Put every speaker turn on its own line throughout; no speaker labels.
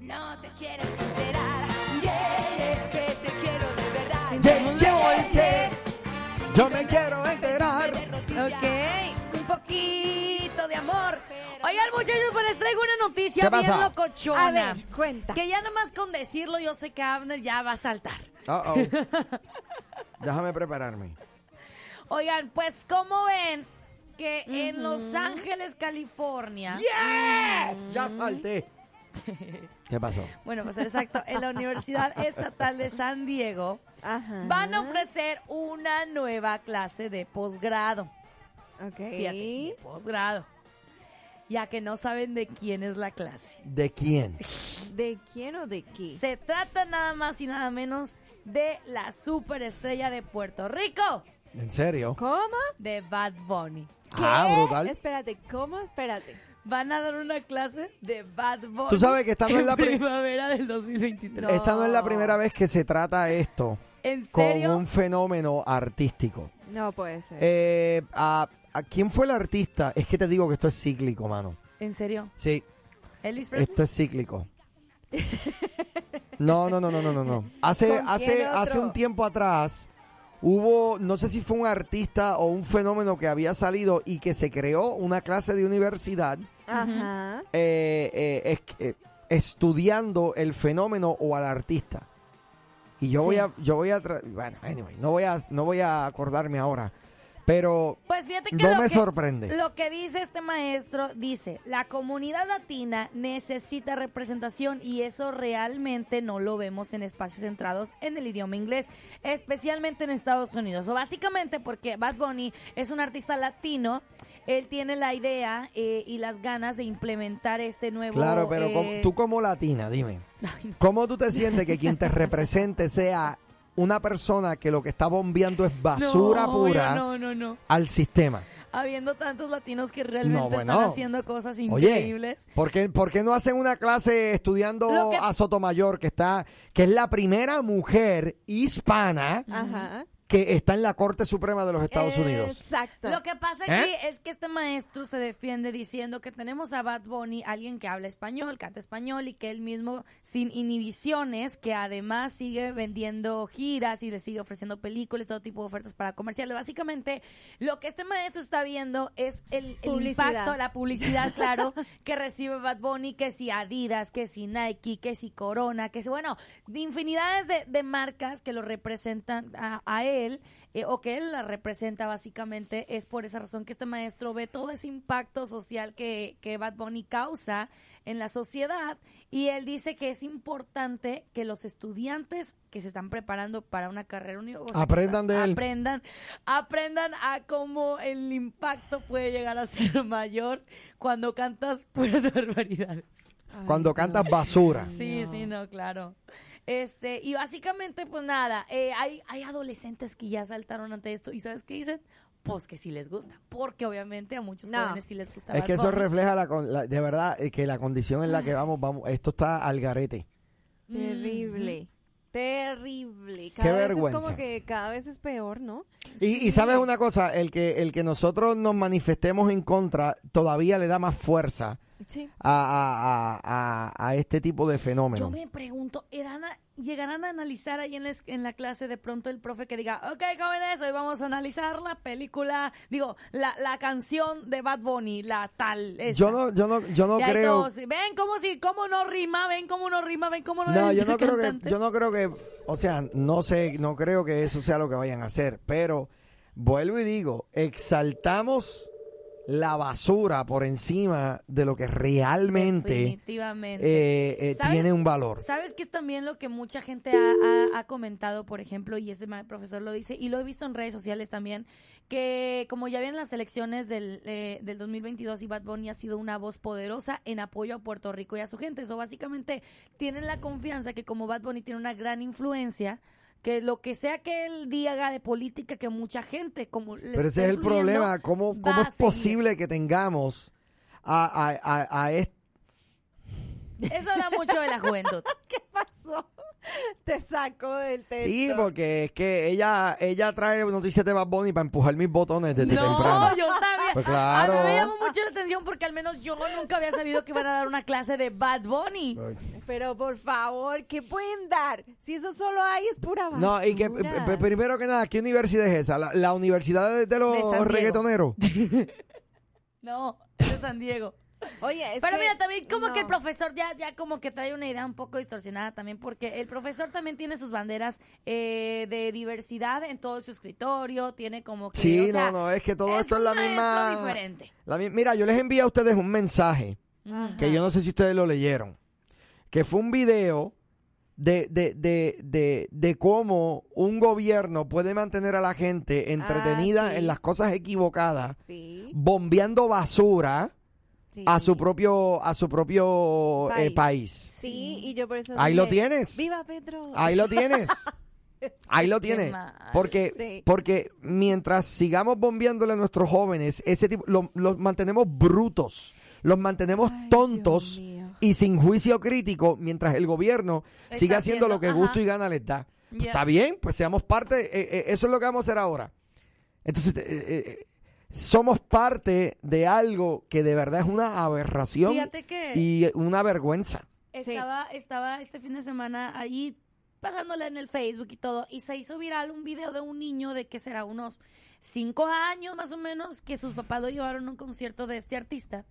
No te quieres enterar. Yeah, yeah, que te quiero de verdad.
Yeah, yeah, yeah. Yo me
Te
quiero enterar.
de rodillas.
Ok, un poquito de amor. Oigan, muchachos, pues les traigo una noticia
¿Qué
bien
pasa?
locochona.
A ver, cuenta.
Que ya nomás con decirlo, yo sé que Abner ya va a saltar.
Uh -oh. Déjame prepararme.
Oigan, pues, ¿cómo ven que en Los Ángeles, California?
¡Yes! Ya salté. ¿Qué pasó?
Bueno, pues exacto, en la Universidad Estatal de San Diego
Ajá.
van a ofrecer una nueva clase de posgrado.
Ok.
Fíjate, de posgrado. Ya que no saben de quién es la clase.
¿De quién?
¿De quién o de qué?
Se trata nada más y nada menos de la superestrella de Puerto Rico,
¿En serio?
¿Cómo?
de Bad Bunny.
Ah,
¿Qué?
brutal.
Espérate, ¿cómo? Espérate.
Van a dar una clase de Bad Bunny.
Tú sabes que estando en la pri-
primavera del 2023.
No.
Esta no es la primera vez que se trata esto
¿En
con
serio?
un fenómeno artístico.
No puede ser.
Eh, a, ¿A quién fue el artista? Es que te digo que esto es cíclico, mano.
¿En serio?
Sí,
¿Elvis Presley?
Esto es cíclico. No, no, no, no, no, no, no. Hace,
¿Con quién
hace,
otro?
hace un tiempo atrás hubo, no sé si fue un artista o un fenómeno que había salido y que se creó una clase de universidad
Ajá.
eh, eh, es- eh, estudiando el fenómeno o al artista. Y yo voy a, yo voy a, tra- bueno, anyway, no voy a, no voy a acordarme ahora, pero
Pues fíjate que
no
lo
me
que-
sorprende.
Lo que dice este maestro, dice, la comunidad latina necesita representación y eso realmente no lo vemos en espacios centrados en el idioma inglés, especialmente en Estados Unidos. O básicamente porque Bad Bunny es un artista latino, él tiene la idea eh, y las ganas de implementar este nuevo...
Claro, pero
eh,
como- tú como latina, dime, ¿cómo tú te sientes que quien te represente sea una persona que lo que está bombeando es basura
No,
pura
oiga, No, no, no.
al sistema?
Habiendo tantos latinos que realmente
bueno.
están haciendo cosas
Oye,
increíbles.
¿por qué, por qué no hacen una clase estudiando
Lo que-
a Sotomayor, que está, que es la primera mujer hispana
Ajá.
que está en la Corte Suprema de los Estados Unidos?
Exacto.
Lo que pasa
¿Eh?
aquí es que este maestro se defiende diciendo que tenemos a Bad Bunny, alguien que habla español, canta español y que él mismo sin inhibiciones, que además sigue vendiendo giras y le sigue ofreciendo películas, todo tipo de ofertas para comerciales. Básicamente, lo que este maestro está viendo es el, el
Publicidad.
impacto, la publicidad, claro, que recibe Bad Bunny, que si Adidas, que si Nike, que si Corona, que si, bueno, de infinidades de, de marcas que lo representan a, a él eh, o que él la representa básicamente. Es por esa razón que este maestro ve todo ese impacto social que, que Bad Bunny causa en la sociedad y él dice que es importante que los estudiantes que se están preparando para una carrera universitaria
Aprendan de él.
aprendan, aprendan a cómo el impacto puede llegar a ser mayor cuando cantas puras barbaridades.
Ay,
Cuando
no.
cantas basura.
Sí, sí, no, claro. Este, y básicamente, pues nada, eh, hay, hay adolescentes que ya saltaron ante esto y ¿sabes qué dicen? Pues que sí les gusta, porque obviamente a muchos
No.
jóvenes sí les gusta.
Es
Bad
que eso
Bunny.
refleja la, con- la- de verdad eh, que la condición en la que vamos, vamos, esto está al garete.
Terrible. Terrible.
Qué
Cada vez Es
vergüenza.
como que cada vez es peor, ¿no?
Y, y sabes una cosa, el que, el que nosotros nos manifestemos en contra todavía le da más fuerza
Sí.
a, a- a- a- a este tipo de fenómeno.
Yo me pregunto, ¿irán a- ¿llegarán a analizar ahí en la, es- en la clase de pronto el profe que diga, ok, jóvenes, hoy vamos a analizar la película, digo, la, la canción de Bad Bunny, la tal. esta"?
Yo no, yo no, yo no
Y ahí
creo.
todos, ven cómo si, cómo no rima, ven cómo no rima, ven cómo no.
No,
deben
yo
ser
no creo que,
cantantes".
yo no creo que, o sea, no sé, no creo que eso sea lo que vayan a hacer, pero vuelvo y digo, exaltamos la basura por encima de lo que realmente
Definitivamente.
eh, eh,
¿Sabes?
tiene un valor.
¿Sabes qué es también lo que mucha gente ha, ha- ha comentado, por ejemplo, y este ma- profesor lo dice, y lo he visto en redes sociales también, que como ya vienen las elecciones del, eh, del 2022 y Bad Bunny ha sido una voz poderosa en apoyo a Puerto Rico y a su gente, eso básicamente tienen la confianza que como Bad Bunny tiene una gran influencia, que lo que sea que él diga de política, que mucha gente como... le
Pero ese
está
es el
influyendo,
problema. ¿Cómo,
va
cómo
a
es
seguir.
posible que tengamos a, a, a, a este?
Eso habla mucho de la juventud.
¿Qué pasó? Te saco del texto.
Sí, porque es que ella, ella trae noticias de Bad Bunny para empujar mis botones desde
no,
temprano.
yo sabía.
Pues claro.
A mí Ah, me llamó mucho la atención porque al menos yo nunca había sabido que iban a dar una clase de Bad Bunny.
Pero por favor, ¿qué pueden dar? Si eso solo hay es pura basura.
No, y que p- p- primero que nada, ¿qué universidad es esa? ¿La, la universidad de, de los
De San Diego.
reggaetoneros?
No, es de San Diego.
Oye, es
Pero
que-
mira, también como que el
no.
profesor ya, ya como que trae una idea un poco distorsionada también, porque el profesor también tiene sus banderas eh, de diversidad en todo su escritorio, tiene como que...
Sí,
o sea,
no, no, es que todo
es
esto es
un
la
maestro
misma...
diferente.
la mi- Mira, yo les envié a ustedes un mensaje
Ah.
Ujú.
que yo no sé si ustedes lo leyeron, que fue un video de, de, de, de, de cómo un gobierno puede mantener a la gente entretenida
Ah, sí.
en las cosas equivocadas,
Sí,
bombeando basura
sí.
a su propio, a su propio eh,
País.
país.
Sí, y yo por eso.
Ahí
dije,
lo tienes.
¡Viva Petro!
Ahí lo tienes. Ahí lo tienes.
mal.
Porque,
Sí.
porque mientras sigamos bombeándole a nuestros jóvenes, ese tipo, lo- los mantenemos brutos, los mantenemos
Ay,
tontos
Dios mío.
y sin juicio crítico, mientras el gobierno
Está
sigue haciendo lo que
haciendo,
gusto
ajá.
y gana les da. Pues
Mm, Ya.
Está bien, pues seamos parte, eh, eh, eso es lo que vamos a hacer ahora. Entonces, eh, eh, eh, somos parte de algo que de verdad es una aberración
Fíjate que-
y una vergüenza.
Sí.
Estaba, estaba este fin de semana ahí pasándola en el Facebook y todo, y se hizo viral un video de un niño de que será unos cinco años más o menos, que sus papás lo llevaron a un concierto de este artista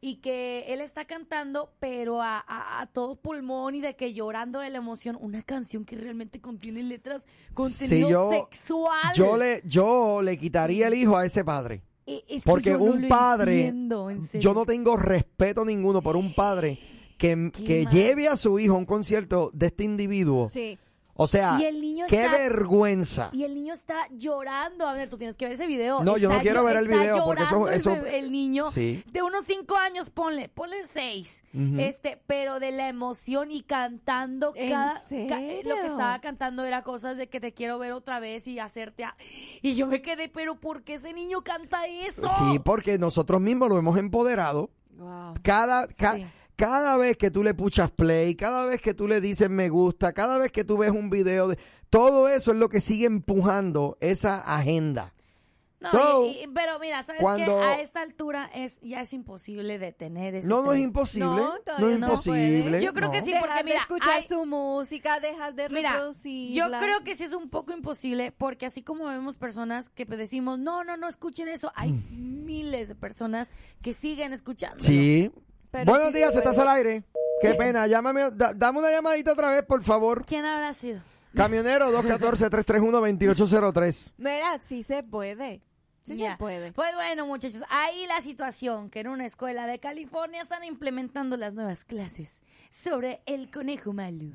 y que él está cantando, pero a, a- a todo pulmón y de que llorando de la emoción, una canción que realmente contiene letras, contenido
yo-
sexual.
Yo le, yo le quitaría el hijo a ese padre.
E- es que
Porque
yo no
un
lo
padre,
entiendo, en serio.
yo no tengo respeto ninguno por un padre que,
Qué
que
mal.
lleve a su hijo a un concierto de este individuo.
Sí.
O sea,
Y el niño
qué
está-
vergüenza.
Y el niño está llorando. A ver, tú tienes que ver ese video.
No, yo no
Está
quiero
llo-
ver el
está
video, porque eso-
llorando el
eso-
bebé- El, niño
Sí.
de unos cinco años, ponle, ponle seis. Este, pero de la emoción y cantando
¿En
cada. ca- eh, lo que
serio?
estaba cantando era cosas de que te quiero ver otra vez y hacerte. a- Y yo me quedé, pero ¿por qué ese niño canta eso?
Sí, porque nosotros mismos lo hemos empoderado.
Wow.
Cada, ca-
Sí.
cada vez que tú le puchas play, cada vez que tú le dices me gusta, cada vez que tú ves un video, de, todo eso es lo que sigue empujando esa agenda.
No,
So,
y- y- pero mira, ¿sabes
cuando-
qué? A esta altura es, ya es imposible detener ese
No, no es
tren.
imposible.
No,
No,
todavía
es
no
imposible.
puede.
Yo creo que
no.
sí,
Sí,
porque
porque
mira,
de escuchar
hay-
su música, dejar de
Mira,
reproducir.
yo creo que sí es un poco imposible porque así como vemos personas que pues, decimos, no, no, no escuchen eso, hay miles de personas que siguen escuchando.
Sí.
Pero
Buenos
sí se
días,
puede.
estás al aire. Qué pena, llámame, da- dame una llamadita otra vez, por favor.
¿Quién habrá sido?
Camionero 214-331-2803.
Mira, sí se puede. Sí
Ya.
se puede.
Pues bueno, muchachos, ahí la situación que en una escuela de California están implementando las nuevas clases sobre el conejo malo.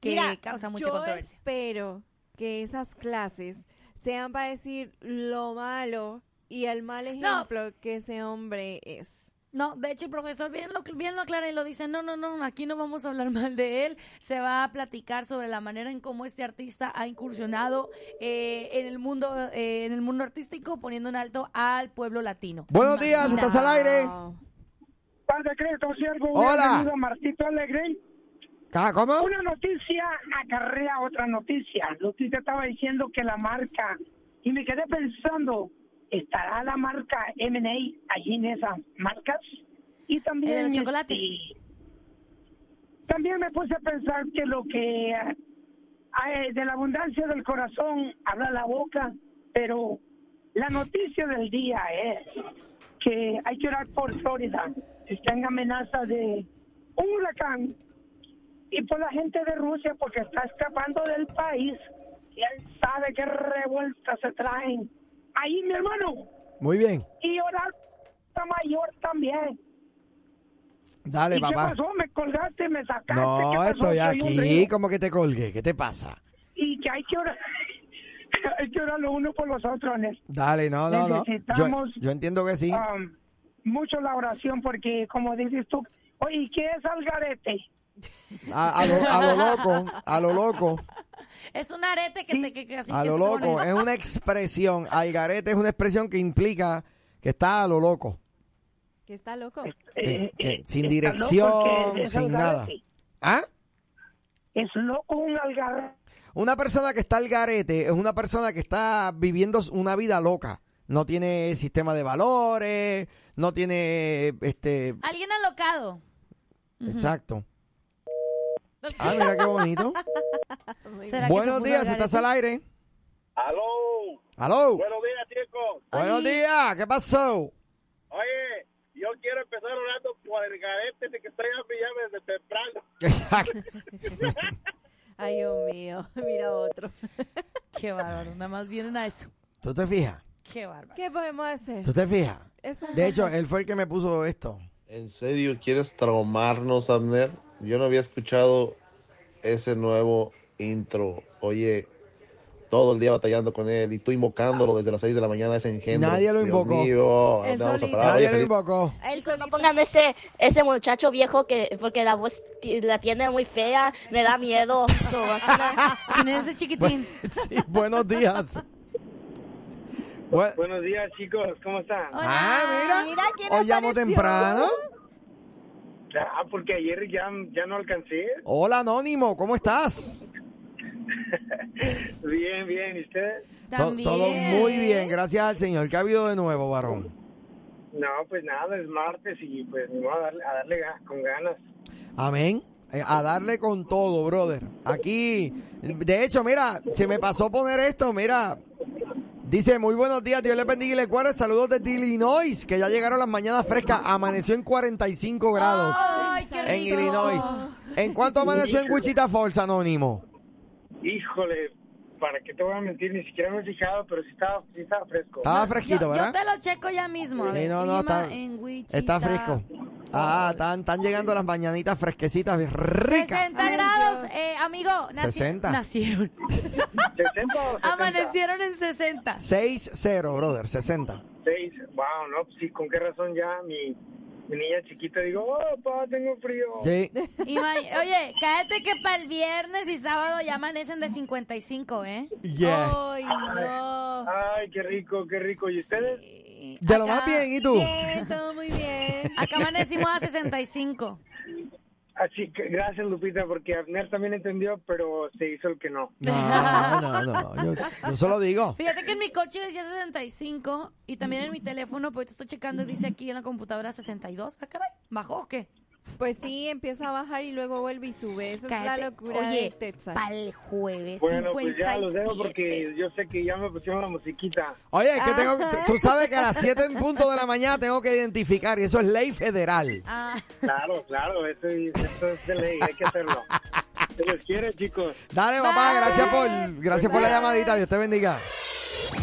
Que
Mira,
causa mucha
yo
controversia.
espero que esas clases sean para decir lo malo y el mal ejemplo que ese hombre es.
No, de hecho el profesor bien lo, bien lo aclara y lo dice, no, no, no, aquí no vamos a hablar mal de él, se va a platicar sobre la manera en cómo este artista ha incursionado eh, en el mundo eh, en el mundo artístico poniendo en alto al pueblo latino.
Buenos días, estás al aire.
No.
Paz de Cristo, siervo.
Hola.
Bienvenido, Martito Alegre.
Ah, ¿Cómo?
Una noticia acarrea otra noticia. Lupita estaba diciendo que la marca, y me quedé pensando, ¿estará la marca M&A allí en esas marcas? Y también...
En los chocolates.
este, también me puse a pensar que lo que... eh, eh, de la abundancia del corazón habla la boca, pero la noticia del día es que hay que orar por Florida. Está en amenaza de un huracán y por la gente de Rusia porque está escapando del país. Quién sabe qué revueltas se traen. Ahí, mi hermano.
Muy bien.
Y orar está mayor también.
Dale,
¿Y qué
papá.
pasó? ¿Me colgaste? ¿Me sacaste? ¿Qué
No,
pasó?
estoy
Soy un río.
aquí, como que te colgué. ¿Qué te pasa?
Y que hay que orar. hay que orar los unos por los otros, Nes.
Dale, no, no, no. Yo,
Necesitamos-
yo entiendo que sí.
Um, mucho la oración porque, como dices tú, oye, ¿y ¿qué es Algarete?
A, a lo, a lo loco, a lo loco,
Es un arete que te que, que así
a
que
lo
te
loco. eh.
pones.
Es una expresión. Algarete es una expresión que implica que está a lo loco.
Que está loco.
que- que sin
Eh, está loco
dirección,
que es
sin nada.
Algarete.
¿Ah?
es loco un algarro.
Una persona que está al garete es una persona que está viviendo una vida loca. No tiene sistema de valores, no tiene este
Alguien alocado.
exacto. Ah, mira qué bonito.
¿Será que se
Buenos
puso
días,
al
estás
garete?
al aire.
Aló,
Aló.
buenos días, chicos.
Buenos días, ¿qué pasó?
Oye, yo quiero empezar orando por el garete de que estoy a mi llave desde temprano.
Ay, Dios mío, mira otro.
Qué bárbaro, nada más vienen a eso.
¿Tú te fijas?
Qué bárbaro.
¿Qué podemos hacer?
¿Tú te fijas?
Eso
De hecho, él fue el que me puso esto.
¿En serio quieres traumarnos, Abner? Yo no había escuchado ese nuevo intro. Oye, todo el día batallando con él y tú invocándolo desde las 6 de la mañana ese engendro.
Nadie lo
Dios
invocó.
mío,
Él
¿dónde vamos a
solito.
parar? Oye,
Nadie lo
feliz-
invocó.
Chicos, no pongan ese, ese muchacho viejo que porque la voz ti- la tiene muy fea, me da miedo. So,
¿Quién es ese chiquitín?
Sí, buenos días. Bue-
Buenos días, chicos, ¿cómo están?
Hola.
ah, mira.
Mira quién
Hoy llamo
apareció.
temprano.
Ah, porque ayer ya, ya no alcancé.
Hola, Anónimo, ¿cómo estás?
Bien, bien, ¿y ustedes?
To-
También.
Todo muy bien, gracias al Señor. ¿Qué ha habido de nuevo, varón?
No, pues nada, es martes y pues me voy a darle, a darle ga- con ganas.
Amén. Eh, A darle con todo, brother. Aquí, de hecho, mira, se me pasó poner esto, mira. Dice, muy buenos días, Dios les bendiga y les guarde. Saludos desde Illinois, que ya llegaron las mañanas frescas. Amaneció en 45 grados
Ay, qué rico.
en Illinois. ¿En cuánto amaneció en Wichita Falls, Anónimo?
Híjole, para que te voy a mentir, ni siquiera me he fijado, pero sí estaba, sí estaba fresco.
Estaba
Yo-
fresquito,
yo,
¿verdad?
te lo checo ya mismo. A
Sí,
ver,
no, no,
clima
está-
en Wichita.
Está fresco. Ah, están, están llegando las mañanitas fresquecitas, ricas.
60 grados, eh, amigo. naci-
60.
Nacieron.
60 o 70?
Amanecieron en 60.
6-0, brother, 60.
Seis. Wow, no, pues sí, con qué razón ya mi, mi niña chiquita digo, oh, papá, tengo frío.
Sí.
Ima- Oye, cállate que para el viernes y sábado ya amanecen de 55, ¿eh? Ay, no.
Ay, qué rico, qué rico. ¿Y ustedes?
Sí.
De lo
Acá-
más bien, ¿y tú?
Bien, todo muy bien.
Acá amanecimos a 65.
Así que gracias, Lupita, porque Abner también entendió, pero se hizo el que no.
No, no, no, no, Yo, yo solo digo.
Fíjate que en mi coche decía 65 y también en mi teléfono, pues estoy checando y dice aquí en la computadora 62. Ah, caray, ¿bajó o qué?
Pues sí, empieza a bajar y luego vuelve y sube. Eso es
Cállate.
la locura de
Oye,
Texas.
para el jueves
Bueno, pues ya los dejo
57.
porque yo sé que ya me pusieron la musiquita.
Oye, es que tengo, tú sabes que a las 7 en punto de la mañana tengo que identificar y eso es ley federal.
Ah,
Claro, claro, eso es, eso es de ley, hay que hacerlo. Se los quiero, chicos.
Dale, papá, gracias por, gracias por la llamadita, Dios te bendiga.